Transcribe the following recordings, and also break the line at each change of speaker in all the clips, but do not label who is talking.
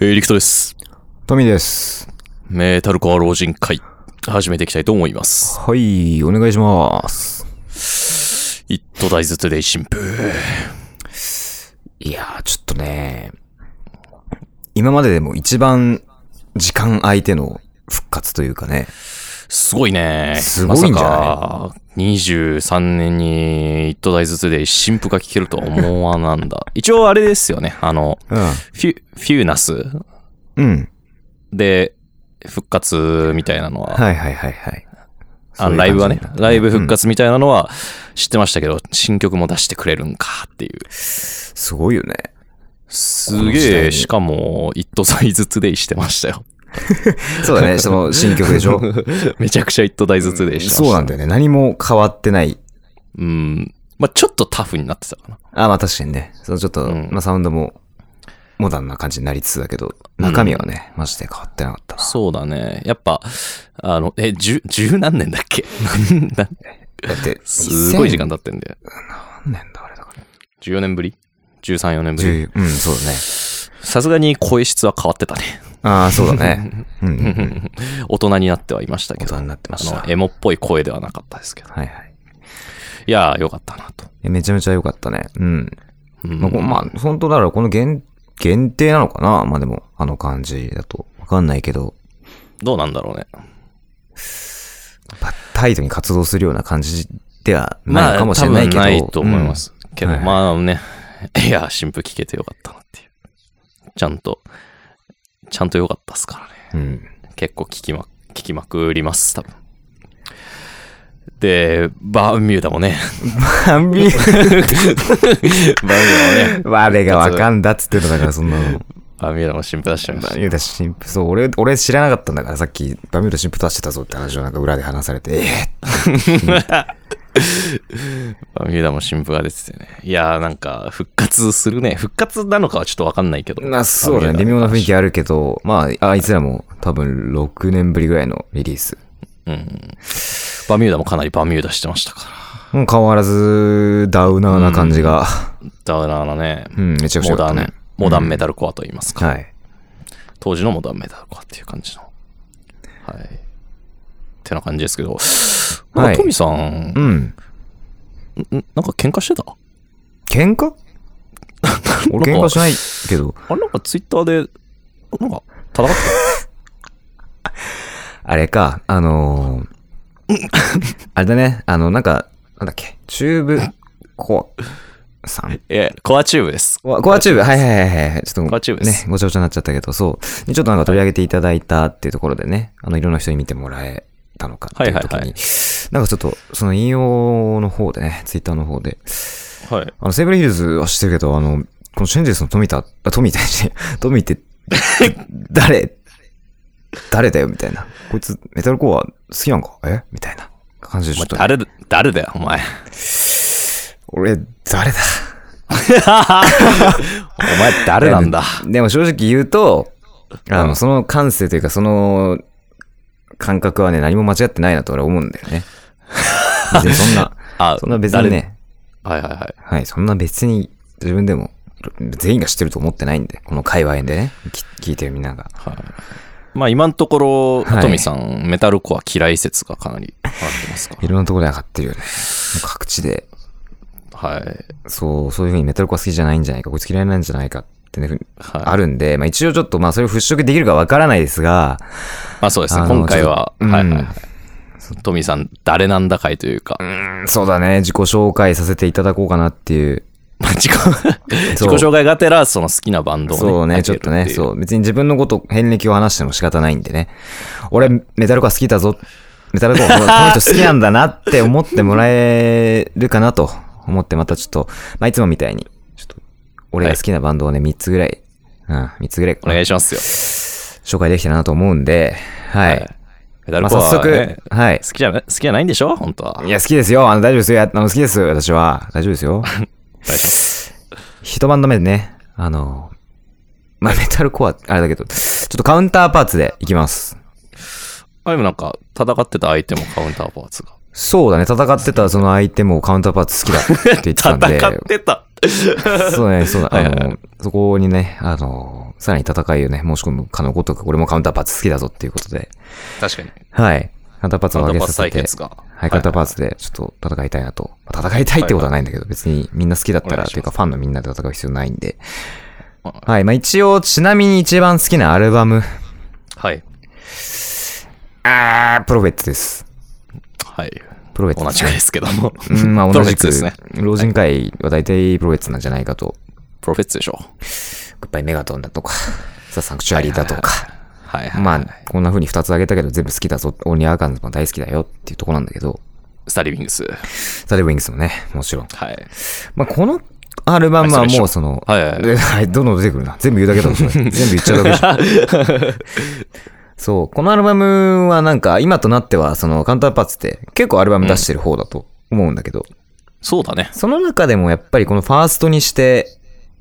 えー、リクトです。
トミーです。
メータルコア老人会、始めていきたいと思います。
はい、お願いします。
一都大ずつで新風。
いやー、ちょっとね、今まででも一番時間相手の復活というかね、
すごいね。
すごいんじゃない
まさか、23年に一都大ずつで新風が聞けるとは思わなんだ。一応あれですよね。あの、
う
フュ、フューナス
ん。うん。
で復活みたいなのは、
はいはいはいはい。
あ
そういう感じ
ライブはね
になっ、て
ライブ復活みたいなのは知ってましたけど、新曲も出してくれるんかっていう。
すごいよね。
す
この時代
げえ、
に
しかも、一都大ずつでしてましたよ。
そうだ ね、その新曲でしょ
めちゃくちゃ一都大ずつでしてました。
そうなんだよね。何も変わってない。
うん。まあちょっとタフになってたかな。
あ、まあ確かにね。そのちょっと、
うん
まあサウンドも、モダンな感じになりつつだけど、中身はね、マジで変わってなかったな。
そうだね。やっぱ、あの、え、十、十何年だっけ なんだ
だって、
すごい時間
だ。
経ってんだよ。
何年だ、あれだから。
14年ぶり ?13、4年ぶり。
10うん、そうだね。
さすがに声質は変わってたね。
ああ、そうだね。 うんうんうん。
大人になってはいましたけ
大
ど。
人
あ
になってました。
の、
はい
エモっぽい声ではなかったですけど。
はい。
いやー、よかったなと。
えめちゃめちゃ良かったね。うん。
うん
まあこう、まあ、本当だからこの限、限定なのかなまあでも、あの感じだと。わかんないけど、
どうなんだろうね。
まあタイトに活動するような感じではない
ま
の
あ、
かもし
多
れない
分
けど。
ないと思いま
うん。
す。けど、
はい
まあね、いや、新婦聞けてよかったなっていう。ちゃんと、ちゃんとよかったっすからね。
うん。
結構聞きま、聞きまくります、多分。で、バーミューダもね、
バンビ、
バーミューダもね、
我がわかんだっつってただから、そんなの。
バーミューダも新婦出しちゃいま
バ
し
ミューダ神父、そう、俺、俺知らなかったんだから、さっき、バミューダ神父出してたぞって話をなんか裏で話されて、え
た。バーミューダも新婦が出ててね。いやー、なんか、復活するね。復活なのかはちょっとわかんないけど。
まあそうだね、微妙な雰囲気あるけど、まあ、あいつらも多分6年ぶりぐらいのリリース。
うん。バーミューダもかなりバーミューダしてましたから。
もう変わらず、ダウナーな感じが、
だからね、
うん、めちゃくちゃ
モ
良かっ
ダ
たね
ン。、モダンメタルコアと言いますか。
はい。
当時のモダンメタルコアっていう感じの。はい。ってな感じですけど、なん
はい
かトミさん、
うん。
んなんか喧嘩してた
喧嘩 俺喧嘩しないけど、
あれなんかツイッターで、なんか戦って
あれか、あのー あれだね、あの、なんか、なんだっけ、チューブコアさん。
たいや、コアチューブです。
コアコアチューブ、はいはいはいはい。ちょっと
コアチューブで
ね
す、
ごちゃごちゃになっちゃったけど、そう。でちょっとなんか取り上げていただいたっていうところでね、あの、いろんな人に見てもらえたのかっていう時に、
はいはいはい
なんかちょっと、その引用の方でね、ツイッターの方で、
はい。
あの、セーブリヒルズは知ってるけど、あの、このシェンジェルスの富田、あ、富田じゃね え富田って、誰、誰だよみたいな。こいつ、メタルコア好きなんかえみたいな感じでちょっと、
誰だ、誰だよ、お 前。
俺、誰だ
お前誰なんだ。
でも正直言うと、あ
うん
の、その感性というか、その感覚はね、何も間違ってないなと俺は思うんだ よね。別にそんな、
あ
そんな別にね、
誰はいはいはい。
はい、そんな別に自分でも、全員が知ってると思ってないんで、この界隈でね、き聞いてるみんなが。
まあ今のところ、
はい
トミさん、メタルコア嫌い説がかなり上がってますか
いろんなところで上がってるよね。もう各地で、
ら。はい。
そう、そういうふうにメタルコア好きじゃないんじゃないか、こいつ嫌いなんじゃないかってね、
はい。
あるんで、まあ一応ちょっと、まあそれを払拭できるかわからないですが、
まあそうですね、
あの
今回は、
ちょっと
はいはいは
う
い
ん。
トミーさん、誰なんだかいというか、
うーん、そうだね、自己紹介させていただこうかなっていう。
まあ自己 自己
そう
紹介がてら、その好きなバンドをね。
そうね、
挙
ちょっ
げる
と
ていう
ね、そう。別に自分のこと、遍歴を話しても仕方ないんでね。俺、メタルコア好きだぞ。メタルコア、この人好きなんだなって思ってもらえるかなと思って、またちょっと、まあ、いつもみたいに、ちょっと、俺が好きなバンドをね、3つぐらい、うん、3つぐらいか
お願
な、
いしますよ。
紹介できたらなと思うんで、は
はい
い。
メタ
ま
ル
あ、
コア
早
はね、
速、はい
好。きじゃない、好きじゃないんでしょ本当は。
いや、好きですよ。あの、大丈夫ですよ。あの、好きです。私は。大丈夫ですよ。一晩の目でね、あの、まあ、メタルコア、あれだけど、ちょっとカウンターパーツでいきます。
あ、でもなんか、戦ってた相手もカウンターパーツが。
そうだね、戦ってたその相手もカウンターパーツ好きだって言ってたん で、
戦ってた
そうね、そうだ。
はい
あ
はいはい
の、そこにね、あの、さらに戦いをね、申し込むかのごとく、俺もカウンターパーツ好きだぞっていうことで、
確かに。
はい。カウンターパーツを
カウ
上
ンター
げ
パー
さ
ツ
せ
対
て、
決が。
はい、カウンターパーツでちょっと戦いたいなと。まあ戦いたいってことはないんだけど、別にみんな好きだった
お願
ら、
いします
というかファンのみんなで戦う必要ないんで。
はい
はい、まあ一応、ちなみに一番好きなアルバム、
はい。
あー、プロフェッツです。
はい。
プロフェッツ
同じくですけども。
うん、まあ同 じ
プ
く
ロフェッツ、
老人会は大体プロフェッツなんじゃないかと。
プロフェッツでしょ。
グッバイメガトンだとか、 ザ・サンクチュアリーだとか。
はいはい。
まあ、こんな風に2つあげたけど全部好きだぞ。オンリーアーカンズも大好きだよっていうとこなんだけど、
スタリビングス。
ザ・レウィングスもね、もちろん。
はい。
まあ、このアルバムはもうその、
はいはいはい
で はいどんどん出てくるな。全部言うだけだもん、 それ全部言っちゃうだけじゃん。そう、このアルバムはなんか、今となっては、その、カウンターパーツって結構アルバム出してる方だと思うんだけど、
そうだね。
その中でもやっぱりこのファーストにして、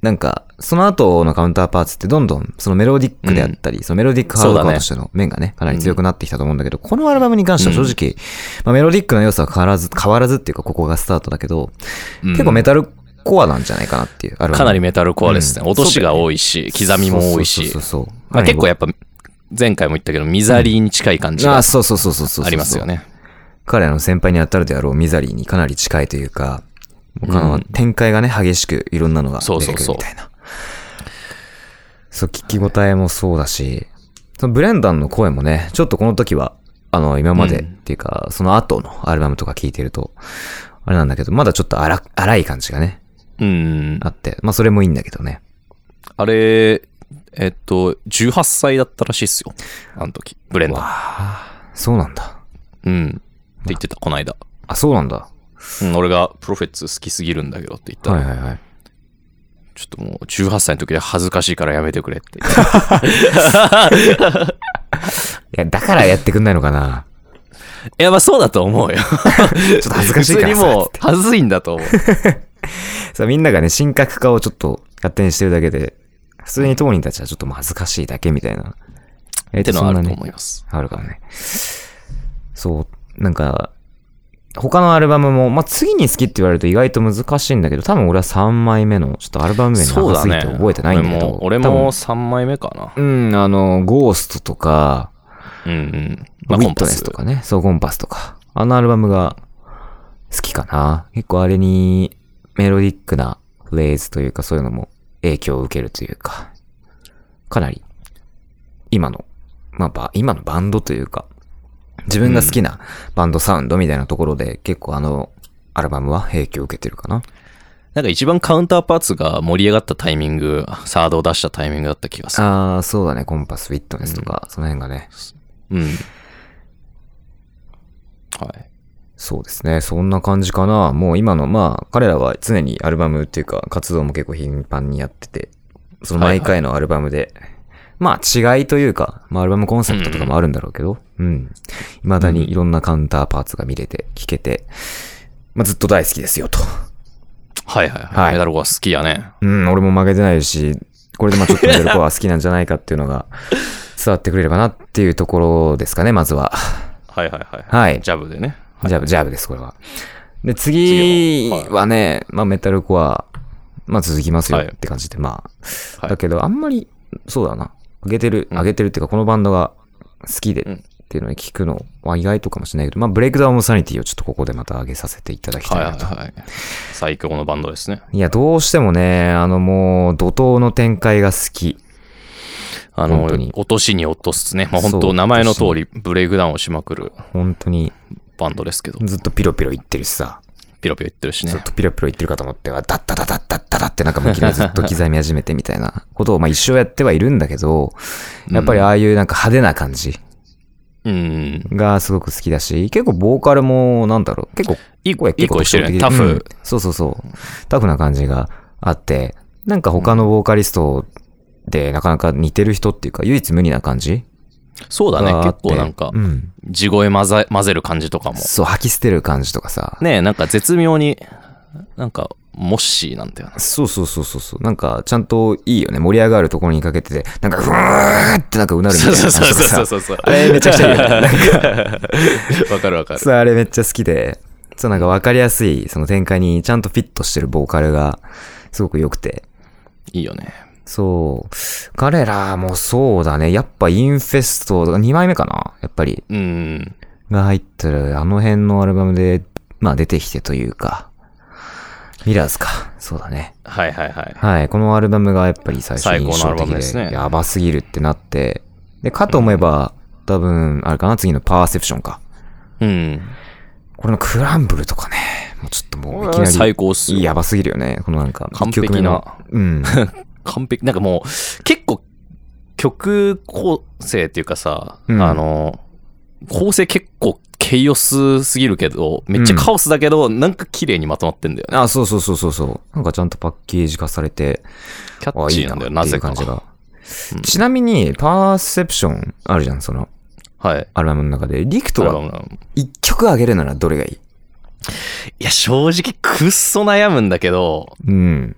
なんか、その後のカウンターパーツってどんどんそのメロディックであったり、そのメロディックハードコアとしての面がね、かなり強くなってきたと思うんだけど、このアルバムに関しては正直、まあ、メロディックの要素は変わらず、変わらずっていうかここがスタートだけど、
うん
結構メタルコアなんじゃないかなっていうアルバム。
かなりメタルコアですね。
うん
落としが多いし、刻みも多いし
そう。そうそうそうそう
まあ結構やっぱ、前回も言ったけど、ミザリーに近い感じ
あ
が
あ、そうそうそうそうそうそう。
ありますよ。ね。
彼らの先輩に当たるであろうミザリーにかなり近いというか、もうか
う
なん展開がね、激しくいろんなのが出てくるみたいな。そう、聞き応えもそうだし、そのブレンダンの声もね、ちょっとこの時は、あの、今まで、
うん
っていうか、その後のアルバムとか聞いてると、あれなんだけど、まだちょっと荒荒い感じがね、
うん
あ。って、まあそれもいいんだけどね。
あれ、えっと、18歳だったらしいっすよ。あの時、ブレンダ
そうなんだ。
ー。うん。って言ってた、この間。
あ、そうなんだ。
うん、俺がプロフェッツ好きすぎるんだけどって言ったら、
はいはいはい。
ちょっともう18歳の時で恥ずかしいからやめてくれっ て言って
いや、だからやってくんないのかな。
いや、まあそうだと思 うよ。
ちょっと恥ずかしいから
普通にも
さ
う。、恥ずいんだと思う。
さみんながね、神格化をちょっと勝手にしてるだけで、普通に当人たちはちょっともう恥ずかしいだけみたいな。え
ってのはあると思い
ね、
ます。
あるからね。そう、なんか、他のアルバムも、まあ、次に好きって言われると意外と難しいんだけど、多分俺は3枚目の、ちょっとアルバム名
そう
長
だ
すぎ
ね
て。覚えてないんだけど。
俺も俺も3枚目かな
多。分うん、あの、ゴーストとか、
うんうん。
ウィットネスと。かね。そう、コンパスとか。あのアルバムが好きかな。結構あれにメロディックなフレーズというかそういうのも影響を受けるというか、かなり今の、まあば、今のバンドというか、自分が好きなバンドサウンドみたいなところで結構あのアルバムは影響を受けてるかな。
なんか一番カウンターパーツが盛り上がったタイミング、サードを出したタイミングだった気がする。
ああ、そうだね。コンパス、ウィットネスとか、その辺がね。
うん。はい。
そうですね。そんな感じかな。もう今の、まあ、彼らは常にアルバムっていうか、活動も結構頻繁にやってて、その毎回のアルバムで、まあ違いというか、まあアルバムコンセプトとかもあるんだろうけど、うん。未だにいろんなカウンターパーツが見れて、聞けて、まあずっと大好きですよと。
はいはいは。
はいい
メダルゴは好きやね。
うん、俺も負けてないし、これでまあちょっとメダルコアは好きなんじゃないかっていうのが、伝わってくれればなっていうところですかね、まずは。
はいはいはい。
はい
ジャブでね。
ジャブ、ジャブです、これは。で、次はね、まあメタルコア、まあ続きますよ
はい
って感じで、まあ、
はい
だけどあんまり、そうだな、上げてる、上げてるっていうか、このバンドが好きで
うん
っていうのに聞くのは意外とかもしれないけど、まあブレイクダウンオブサニティをちょっとここでまた上げさせていただきた
はいい
な
はい
と。
はい。最強のバンドですね。
いや、どうしてもね、あのもう怒涛の展開が好き。
あの、
本当に
落としに落とすね。まあ
そう
本当名前の通り、ブレイクダウンをしまくる
本当に、
バンドですけど、
ずっとピロピロ言ってるしさ。
ピロピロ言ってるし
ずっ
ね。
とピロピロ言ってるかと思っては、ダッダダダッダッダダってなんかもうい きなりずっと刻み始めてみたいなことを、まあ一生やってはいるんだけど、やっぱりああいうなんか派手な感じ
うん。
がすごく好きだし、結構ボーカルもなんだろう、結構、
いい声、いい
結構
声してるね。タ
特徴的でうん
フ。
そうそうそう。タフな感じがあって、なんか他のボーカリストでなかなか似てる人っていうか、唯一無二な感じ
そうだ
が
ね。
あ
結
って
構なんか
う、ん。
地声混ぜ混ぜる感じとかも。
そう、吐き捨てる感じとかさ。
ねえ、なんか絶妙に、なんか、モッシーなんだよな。
そうそうそうそうそう。なんか、ちゃんといいよね。盛り上がるところにかけてて、なんか、ふーってなんかうなるみ た
そ
いうな
そう
感じと
そう
か
そう
さ。
そうそう。
あれめちゃくちゃ いいよね。なんか
わかるわかる。
そう、あれめっちゃ好きで、そうなんかわかりやすい、その展開にちゃんとフィットしてるボーカルが、すごく良くて。
いいよね。
そう。彼らもそうだね。やっぱインフェストとか2枚目かなやっぱり。
うん。
が入ってる、あの辺のアルバムで、まあ出てきてというか。ミラーズか。そうだね。
はいはいはい。
はい。このアルバムがやっぱり最初に印象
最高のアルバ
的
ム
で、
ですね
やばすぎるってなって。で、かと思えば、多分、あれかな次のパーセプションか。
うん。
これのクランブルとかね。もうちょっともうい
こ
き
れは
な
最
り。
高っすよ。
やばすぎるよね。このなんか、
完
一曲目
璧
の
な。
うん。
完璧。なんかもう、結構、曲構成っていうかさ、
うん
あの、構成結構、ケイオスすぎるけど、めっちゃカオスだけど、なんか綺麗にまとまってんだよね。
あ、そうそうそうそうそう。なんかちゃんとパッケージ化されて、
キャッ
あ、
チ
いい
ーなんだよ、
な
な
ってい
ぜ
う
か
感。じが。
うん
ちなみに、パーセプションあるじゃん、その、
はい。
アルバムの中で。リクト
アルバ
は
ムなの
一曲あげるならどれがいい
いや、正直、くっそ悩むんだけど、
うん。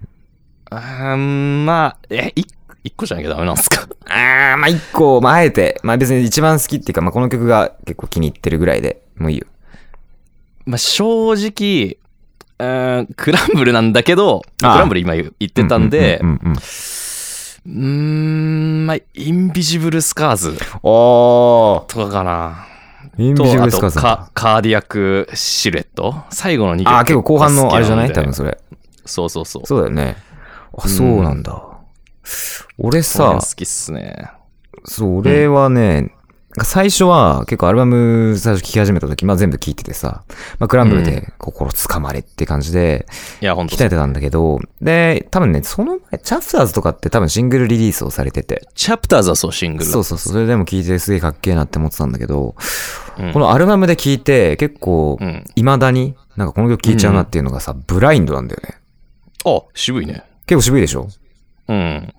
うーん、まあ、え、い一個じゃなきゃダメなんすか。
あー、まあ、一個、まあ、あえて、まあ、別に一番好きっていうか、まあ、この曲が結構気に入ってるぐらいでもういいよ。
まあ、正直、うーん、クランブルなんだけど、ク
ああ
ランブル今言ってたんで
う、んうんうんうん
うーん、まあ、インビジブルスカーズ
おー、
とかかな。
インビ
と、
ジブ
あ
ルス
と
カーズ
カ、カーディアックシルエット最後の2曲。
あー、結構後半のあれじゃない
結構
多
好きん
分
で
それ。
そうそうそう。
そうだよね。あ、そうなんだ。俺
さ
さ
あ。、好きっすね。
そう、俺はね、最初は結構アルバム最初聴き始めた時、まあ全部聴いててさ、まあクランブルで心つかまれって感じで
いや、ほんと
鍛。えてたんだけど、で、多分ね、その前、チャプターズとかって多分シングルリリースをされてて、
チャプターズはそう、シングルだ
そうそうそう、それでも聴いてすげえかっけえなって思ってたんだけど、
うん
このアルバムで聴いて結構
う、ん。
未だに、なんかこの曲聴いちゃうなっていうのがさ、ブラインドなんだよね。
あ、渋いね。
結構渋いでしょ
うん。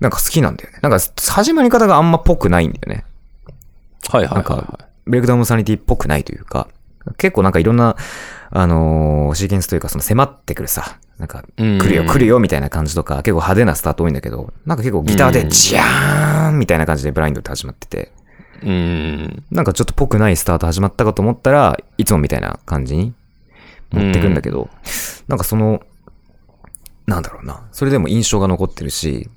なんか好きなんだよね。なんか始まり方があんまぽくないんだよね。
はいはい
なん
はい
か
は、
ブレイクダウンもサニティっぽくないというか、結構なんかいろんな、あのーシーケンスというか、その迫ってくるさ、なんか、
い。うん
来るよ来るよみたいな感じとか、結構派手なスタート多いんだけど、なんか結構ギター
う
で
ん
ジャーンみたいな感じでブラインドって始まってて、
うん。
なんかちょっとぽくないスタート始まったかと思ったら、いつもみたいな感じに持ってくんだけど、なんかその、なんだろうな、それでも印象が残ってるし、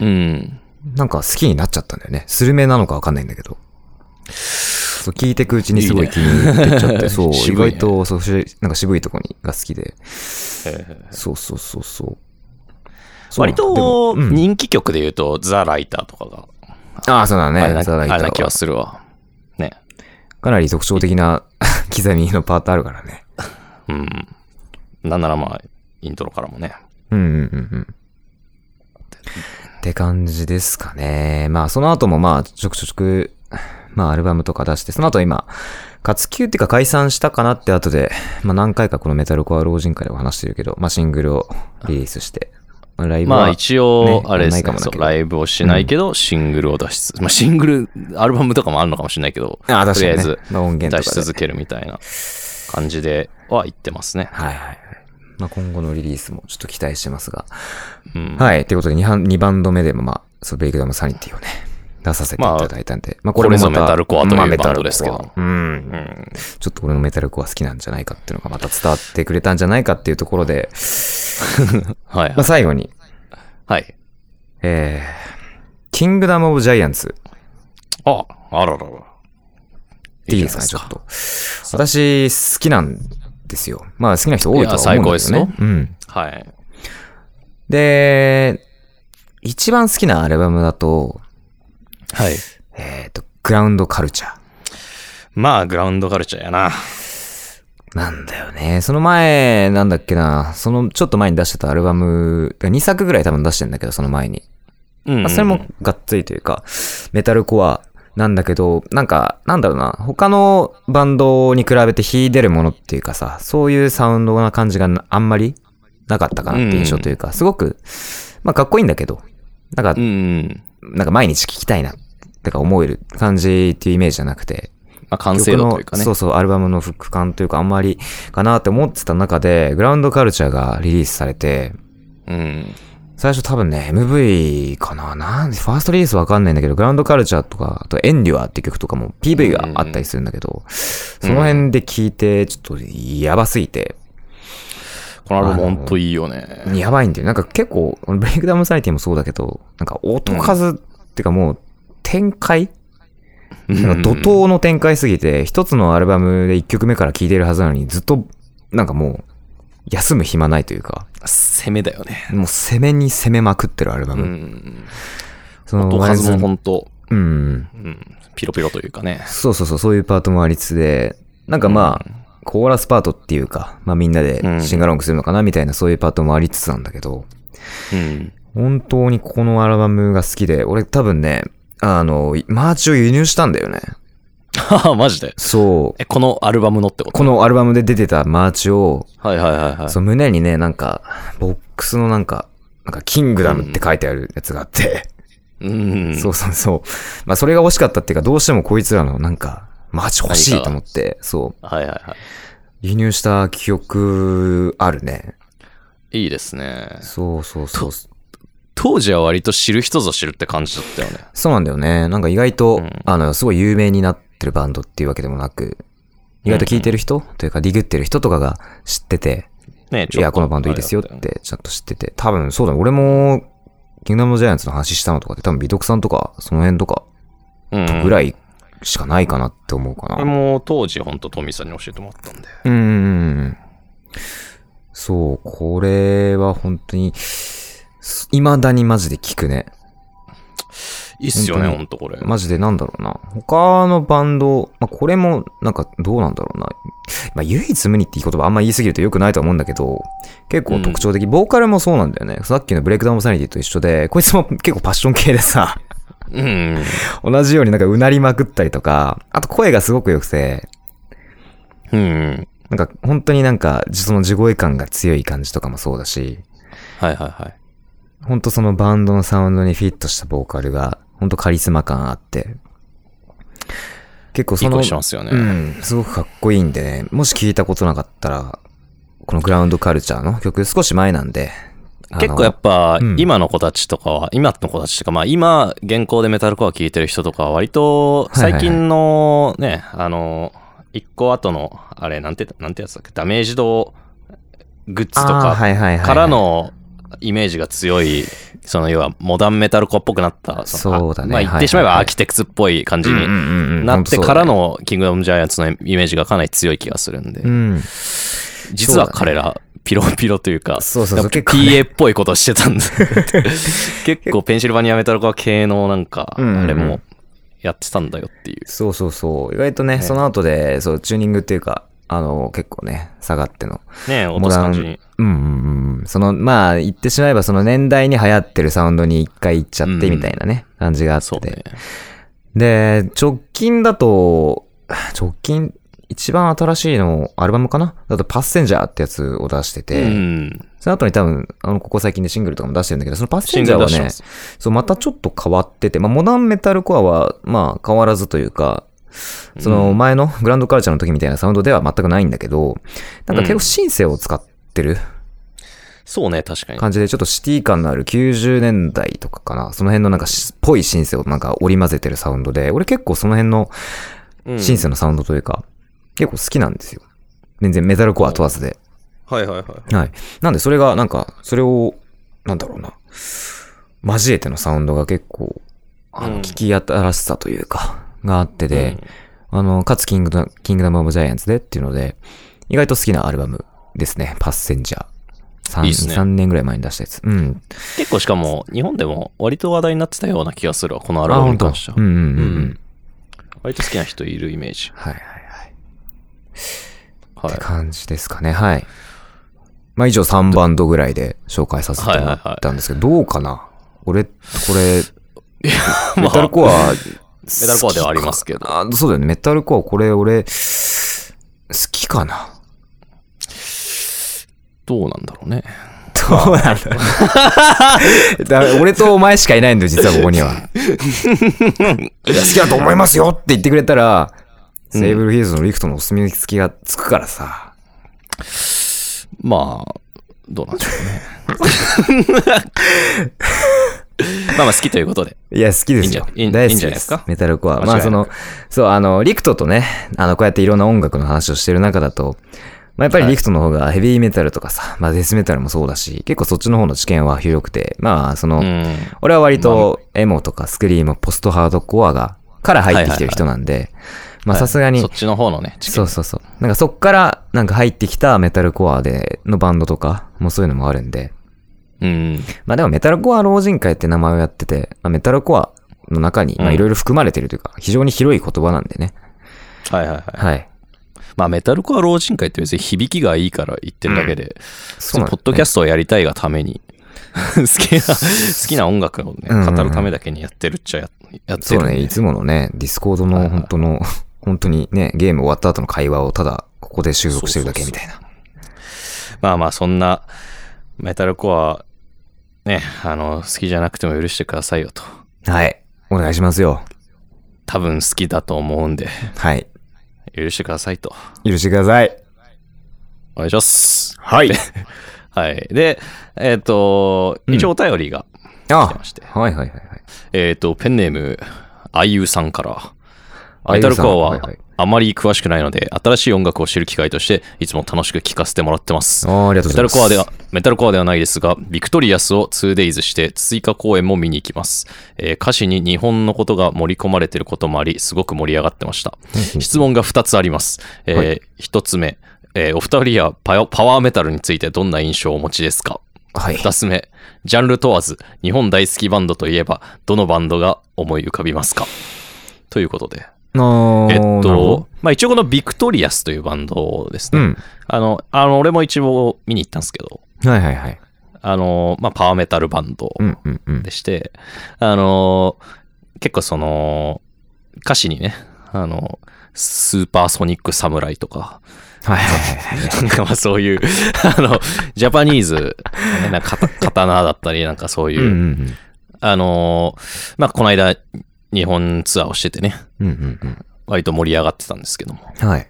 うん。
なんか好きになっちゃったんだよね。スルメなのかわかんないんだけど。そう、聞いてくうちにすごい気に入ってっちゃって、そう、意
渋いね
外と、そう、しなんか渋いとこにが好きで。そうそうそうそう。そうな
割
んだでも
と
うん
人気曲で言うと、ザ・ライターとかが、
ああ、そうだね。
あれな
ザライター
あれな気は
は
するわ。ね。
かなり特徴的な 刻みのパートあるからね。
うん。なんならまあ、イントロからもね。
うんうんうんうん。って感じですかね。まあ、その後もまあ、ちょくちょく、まあ、アルバムとか出して、その後今、活休っていうか解散したかなって後で、まあ何回かこのメタルコア老人会でお話してるけど、まあシングルをリリースして、まあライブは、
まあ一応
ね、
あれで
な
す
いか
ね
もだ
そ
け
う
ど
ライブをしないけど、シングルを出しつつ、まあシングル、アルバムとかもあるのかもしれないけど、
ああ、確
と
か
り
に、
あ
ね。
えず
まあ音源
出
と
し
かで。
続けるみたいな感じでは言ってますね。
はいはいはい。まあ今後のリリースもちょっと期待してますが。
うん。
はい。ということで2番、二バンド目でもまあ、そうブレイクダウンサニティをね、出させていただいたんで、まあ、
これぞメタルコアというバンドですけど
まあメタルコアうん
う。ん。
ちょっと俺のメタルコア好きなんじゃないかっていうのがまた伝わってくれたんじゃないかっていうところで、
はい
まあ、。最後に、
はい。
えー、キングダム・オブ・ジャイアンツ
あ、あららら。
っていいですかね、ちょっと。私、好きなんですよ。まあ、好きな人多いとは思
いや最高
うんで
ですす
よ
よ
ね。うん。
はい。
で、一番好きなアルバムだと、
はい。
えっ、と、グラウンド・カルチャー。
まあ、グラウンドカルチャーやな。
なんだよね。その前、なんだっけな、そのちょっと前に出してたアルバム、2作ぐらい多分出してんだけど、その前に。
うん
まあ、それもがっつりというか、メタルコアなんだけど、なんか、なんだろうな、他のバンドに比べて秀でるものっていうかさ、そういうサウンドな感じがなあんまりなかったかなって印象というか、すごく、まあかっこいいんだけど、なん
う
か、
ん。
なんか毎日聴きたいな、ってか思える感じっていうイメージじゃなくて、
まあ、完成度というかね。
そうそう、アルバムの復感というかあんまりかなって思ってた中で、グラウンドカルチャーがリリースされて、
うん。
最初多分ね、MV かななんファーストリリースわかんないんだけど、グラウンドカルチャーとか、あとエンデュアーって曲とかも PV があったりするんだけど、その辺で聞いて、ちょっとやばすぎて、
このアルバムほんといいよね。
やばいんだよ。なんか結構、このブレイクダウンサイティもそうだけど、なんか音数、ってかもう、展開なんか怒涛の展開すぎて、一つのアルバムで一曲目から聴いてるはずなのに、ずっと、なんかもう、休む暇ないというか、
攻めだよね。
もう攻めに攻めまくってるアルバ
う
ム。
ん。
そ
音
ワイズ
数もほんと、
うん。
うん、ピロピロというかね。
そうそうそう、そういうパートもありつつで、なんかまあ、コーラスパートっていうか、まあみんな
うん
でシンガロングするのかなみたいなそういうパートもありつつなんだけど、
うん。
本当にこのアルバムが好きで、俺多分ね、あの、マーチを輸入したんだよね。
ははマジで。
そう。
え、このアルバムのってこと
このアルバムで出てたマーチを、
はいはいはいはい。
そう胸にね、なんか、ボックスのなんか、なんか、キングダムって書いてあるやつがあって、
うん。
そうそうそう。まあ、それが欲しかったっていうか、どうしてもこいつらの、なんか、マジ欲しいと思って、そう。
はいはいは
輸入した記憶あるね。
い。いいですね。
そうそうそう。
当時は割と知る人ぞ知るって感じだったよね。
そうなんだよね。なんか意外と、
うん
あの、すごい有名になってるバンドっていうわけでもなく、意外と聴いてる人、というか、ディグってる人とかが知ってて、
ね
いや、このバンドいいですよっ。て、ちゃんと知ってて。多分、そうだね。俺も、キングダムジャイアンツの話したのとかって、多分、美徳さんとか、その辺とか、
うん。
ぐ
い。
らいしかないかなって思うかな。
これも当時本当トミーさんに教えてもらったんで。
うんうんうん。そう、これは本当に、す未だにマジで聞くね。
いいっすよね、
本当
本
に
当これ。
マジでなんだろうな。他のバンド、まあ、これも、なんか、どうなんだろうな。まあ、唯一無二っていう言葉あんま言い過ぎると良くないと思うんだけど、結構特徴的。ボーカルもそうなんだよね。さっきのブレイクダウンサニティと一緒で、こいつも 結構パッション系でさ、
うん。
同じようになんかうなりまくったりとか、あと声がすごく良くて、
うん。
なんか本当になんか、その地声感が強い感じとかもそうだし、
はいはいはい。
本当そのバンドのサウンドにフィットしたボーカルが、本当カリスマ感あって、結構
い
そ
い
の、
声してますよね。
うん、すごくかっこいいんでね、もし聞いたことなかったら、このグラウンドカルチャーの曲、少し前なんで、あの
結構やっぱ
うん
今の子たちとかは、今の子たちとかまあ今現行でメタルコア聴いてる人とかは割と
はいはいは
最
い
近のねあの一個後のあれなんてなんてやつだっけダメージドグッズと
あー
か
はいはいはいはい
からのイメージが強いその要はモダンメタルコアっぽくなったの
そうだね
あまあ
はい
言
はい
ってしまえばアーキテクツっぽい感じ
うんう
に
んうんうん
なって
本当そう
か
だ
ら
ね
のキングダムジャイアンツのイメージがかなり強い気がするんで
うん。
実は彼ら、ピロピロというか、
そうそうそう
やっぱ
結構ね
PA っぽいことしてた んで、結構ペンシルバニアメタルコア系のなんか、
うんうんうん
あれもやってたんだよっていう。
そうそうそう。意外とね、
ね
その後で、そう、チューニングっていうか、あの、結構ね、下がっての。
ねえ、落
モ
とす
ダ
感
ン
じに。
うんうんうん。その、まあ、言ってしまえば、その年代に流行ってるサウンドに一回行っちゃっ
う
て
ん
みたいなね、感じがあって。
そうね。
で、直近だと、直近、一番新しいの、アルバムかなだと、パッセンジャーってやつを出してて、
うん。
その後に多分、あの、ここ最近でシングルとかも出してるんだけど、そのパッセ
シ
ン
ン
ジ
グ
ャー
ル
は
出して
ね
ま、す。
そう、またちょっと変わってて、まあ、モダンメタルコアは、まあ、変わらずというか、その前のグランドカルチャーの時みたいなサウンドでは全くないんだけど、なんか結構シンセを使ってる
そうね、確かに。
感じで、ちょっとシティ感のある90年代とかかな、その辺のなんかしっぽいシンセをなんか織り交ぜてるサウンドで、俺結構その辺の
うん
シンセのサウンドというか、結構好きなんですよ。全然メタルコア問わずで。
はいはいはい。
はい。なんで、それが、なんか、それを、なんだろうな、交えてのサウンドが結構、あ
うん
の、聞き新しさというか、があってで、あの、かつキングダ、キングダム・オブ・ジャイアンツでっていうので、意外と好きなアルバムですね。パッセンジャー。3,
いいっすね
3年ぐらい前に出したやつ。うん。
結構しかも、日本でも割と話題になってたような気がするわ、このア
ア
ルバムに関しては
うん。うんうん
う
う
ん
ん。
割と好きな人いるイメージ。
はいはいはい。
はい
って。感じですかね。はい。まあ、以上3バンドぐらいで紹介させてもらったんですけど、どうかな俺、これ、メタルコア、
メタルコアではありますけど
あそうだよね。メタルコア、これ、俺、好きかな。
どうなんだろうね。
どうなんだろ うだから俺とお前しかいないんだよ、実はここには。いや好きだと思いますよって言ってくれたら、
うん
セーブルヒーズのリクトのお墨付きがつくからさ。
まあ、どうなんでしょ うね。まあまあ好きということで。
いや、好きですよ。
いいんじゃ
大
いいん
好
じ
き
ゃない
で
ですすか
メタルコア。
間違いな
まあ、
く
その、そう、あの、リクトとね、あの、こうやっていろんな音楽の話をしてる中だと、まあ、やっぱりリフトの方がヘビーメタルとかさ、まあデスメタルもそうだし、結構そっちの方の知見は広くて、まあその、
うん。
俺は割とエモとかスクリーム、ポストハードコアが、から入ってきてる人なんで、まあさすがに
そっ、ちの方のね、チキ
そうそうそう。なんかそっからなんか入ってきたメタルコアでのバンドとか、もうそういうのもあるんで、
うん。
まあでもメタルコア老人会って名前をやってて、まあ、メタルコアの中に、ま
う
あ
ん
いろいろ含まれてるというか、非常に広い言葉なんでね。
はいはいはい。
はい。
まあ、メタルコア老人会って別に響きがいいから言ってるだけで、そ
そう
の
なん
ポッドキャストをやりたいがため に、好きな、好きな音楽をね、
うんうんうん
語るためだけにやってるっちゃややって
そ
る
うん
で。
ね、いつものね、ディスコード
はいは
の
い
本当の、本当にね、ゲーム終わった後の会話をただここで収録してるだけみたいな。
まあまあ、そんな、メタルコア、ね、あの、好きじゃなくても許してくださいよと。
はい。お願いしますよ。
多分好きだと思うんで、
はい。
許してくださいと。
許してください。
お願いします。
はい。
はい。で、えっ、と、
うん
一応お便りが来て
あ
まして、
はいはいはいはい。
えっ、と、ペンネーム、あゆさんから、
あ
メタルコア
ゆうさん
はい
い
あまり詳しくないので、新しい音楽を知る機会として、いつも楽しく聴かせてもらってます。
あーありがとう
メ
ご
タ
ざい
ル
ます。
コアでは、メタルコアではないですが、ビクトリアスを 2days して、追加公演も見に行きます、えー歌詞に日本のことが盛り込まれていることもあり、すごく盛り上がってました。質問が2つあります。えー
は
1つ目、えーお二人はパワパワーメタルについてどんな印象をお持ちですか
はい。
2つ目、ジャンル問わず、日本大好きバンドといえば、どのバンドが思い浮かびますかということで。
の
えっと、、まあ、一応このビクトリアスというバンドです
う
ね。
ん。
あの、あの俺も一応見に行ったんですけど、
はいはいはい。
あの、まあ、パワーメタルバンド
うんうんうん
で。して、あの、結構その、歌詞にね、あの、スーパーソニックサムライとか、
はいはいはいは
な
い。
んかまあそういう、あの、ジャパニーズのね、なんか 刀刀だったり、なんかそういう、
うんうん
あの、まあ、この間、日本ツアーをしててね、
うん。うんうん
割と盛り上がってたんですけども、
うん。はい。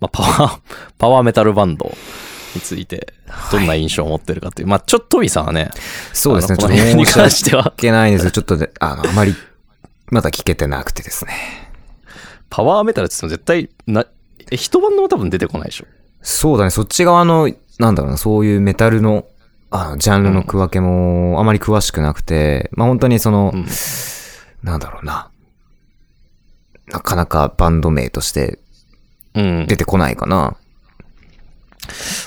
まあ、パワー、 パワーメタルバンドについて、どんな印象を持ってるかっていう。まあ、ちょっとトミーさんはね、
そうですね、
あの
ち
こ
ょ
の
っと
辺に
申し
関しては、
訳ないんですよ。ちょっとで、あの、あまり、まだ聞けてなくてですね。
パワーメタルって言っても絶対、な、え一晩でも多分出てこないでしょ。
そうだね、そっち側の、なんだろうな、そういうメタルの、あの、ジャンルの区分けも、あまり詳しくなくて、まあ本当にその、
うん
なんだろうな、なかなかバンド名として
うん
出。てこないかな。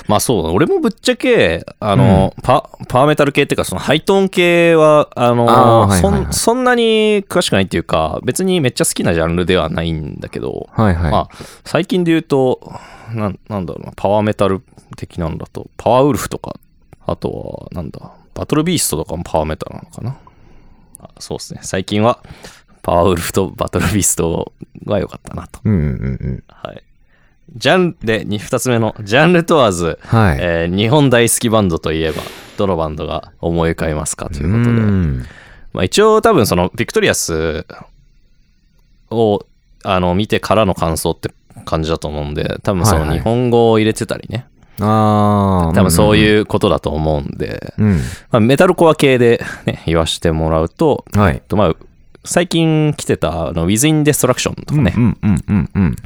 まあそうだ、俺もぶっちゃけ、あの、パ、パワーメタル系っていうか、そのハイトーン系は、あの、
あーはいはいはい
そんそんなに詳しくないっていうか、別にめっちゃ好きなジャンルではないんだけど、
はいはい。
まあ、最近で言うとなん、なんだろうな、パワーメタル的なんだと、パワーウルフとか、あとは、なんだ、バトルビーストとかもパワーメタルなのかな。あそうですね、最近は、パワーウルフとバトルビーストが良かったなと。
うんうんうんうん。
はい。ジャンで、に二つ目の、ジャンル問わず、
はい。
えー日本大好きバンドといえば、どのバンドが思い浮かびますかということで。
うん
まあ、一応多分そのビクトリアスをあの見てからの感想って感じだと思うんで多分そ
はい
の
はい
日本語を入れてたりね、
ああ。
多分そう
う
いうことだと思うんで、
んうんうん。
まあ、メタルコア系で、ね、言わしてもらうと、
うん。はい。
とまあ、最近来てたあの With In Destruction とかね、
うんうんうんうんうん。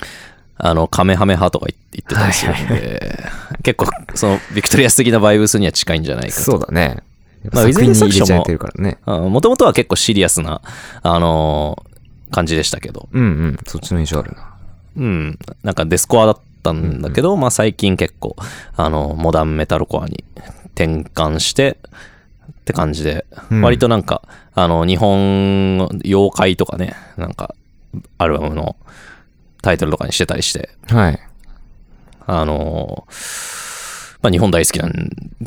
あのカメハメハとか言ってたりするんで、結構そのビクトリアス的なバイブスには近いんじゃないかと
そうだね。
まあ
作
い
品に
ずれに
入
し
れ
ろ
ちゃってるからね。
もともとは結構シリアスな、あのー感じでしたけど
うんうん。そっちの印象あるな。
うん、なんかデスコアだったんだけど、まあ最近結構、あの、モダンメタルコアに転換して、って感じで、
うん
割となんか、あの、日本の妖怪とかね、なんか、アルバムのタイトルとかにしてたりして、
はい。
あのーまあ日本大好きなん、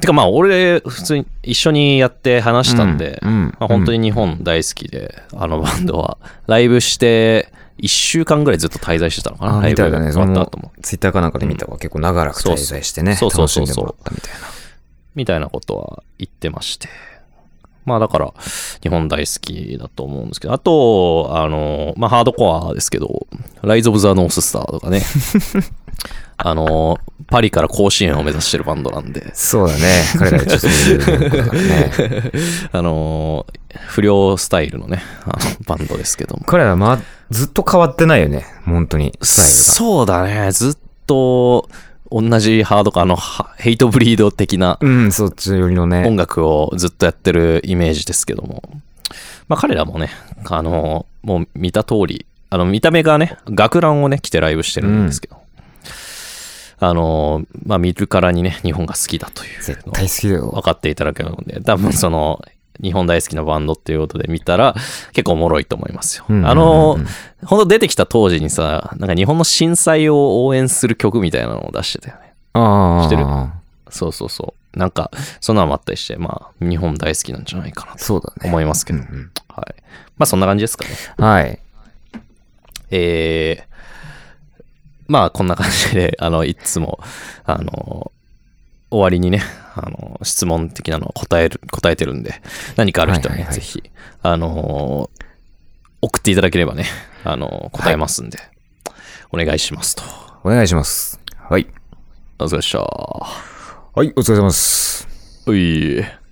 てかまあ俺、普通に一緒にやって話したんで、
うんうん
まあ、本当に日本大好きで、あのバンドは、ライブして、1週間ぐらいずっと滞在してたのかな、
あ
ライ
み
ブ
たいだね。
終
そ
わった
の
後も。
ツイッターかなんかで見たわ。結構長らく滞在してね。
そうそう
楽
そ
し
うんそう
で
そう
もらったみたいな。
みたいなことは言ってまして。まあだから、日本大好きだと思うんですけど、あと、あの、まあハードコアですけど、ライズ・オブ・ザ・ノーススターとかね、 あの、パリから甲子園を目指してるバンドなんで、
そうだね。彼らはちょっとそういうことだからね。
あの、不良スタイルのね、あのバンドですけども。
彼らはまあ、ずっと変わってないよね。本当に、スタイルが。
そうだね、ずっと、同じハードか、あの、はヘイトブリード的な
うん、そっち寄りの
音
ね。
楽をずっとやってるイメージですけども。まあ彼らもね、あの、もう見た通り、あの見た目がね、学ランをね、着てライブしてるんですけど。あの、まあ見るからにね、日本が好きだという
絶
のを
対好きだよ
分。かっていただけるので、多分その、日本大好きなバンドっていうことで見たら結構おもろいと思いますよ。
うんうんうん
あの、ほんと出てきた当時にさ、なんか日本の震災を応援する曲みたいなのを出してたよね。
ああ。
してるそうそうそう。なんか、そんなのもあったりして、まあ、日本大好きなんじゃないかなと
そうだね。
思いますけど。
うん
はい。まあ、そんな感じですかね。
うんはい。
えー、まあ、こんな感じで、 あの、いつも、あの、終わりにね、あの、質問的なのを答える、答えてるんで、何かある人はね、
はいはいはい
ぜひ、あの、送っていただければね、あの、答えますんで、お願いしますと。
お願いします。はい。
お疲れっした。は
はい、お疲れ様です。
い。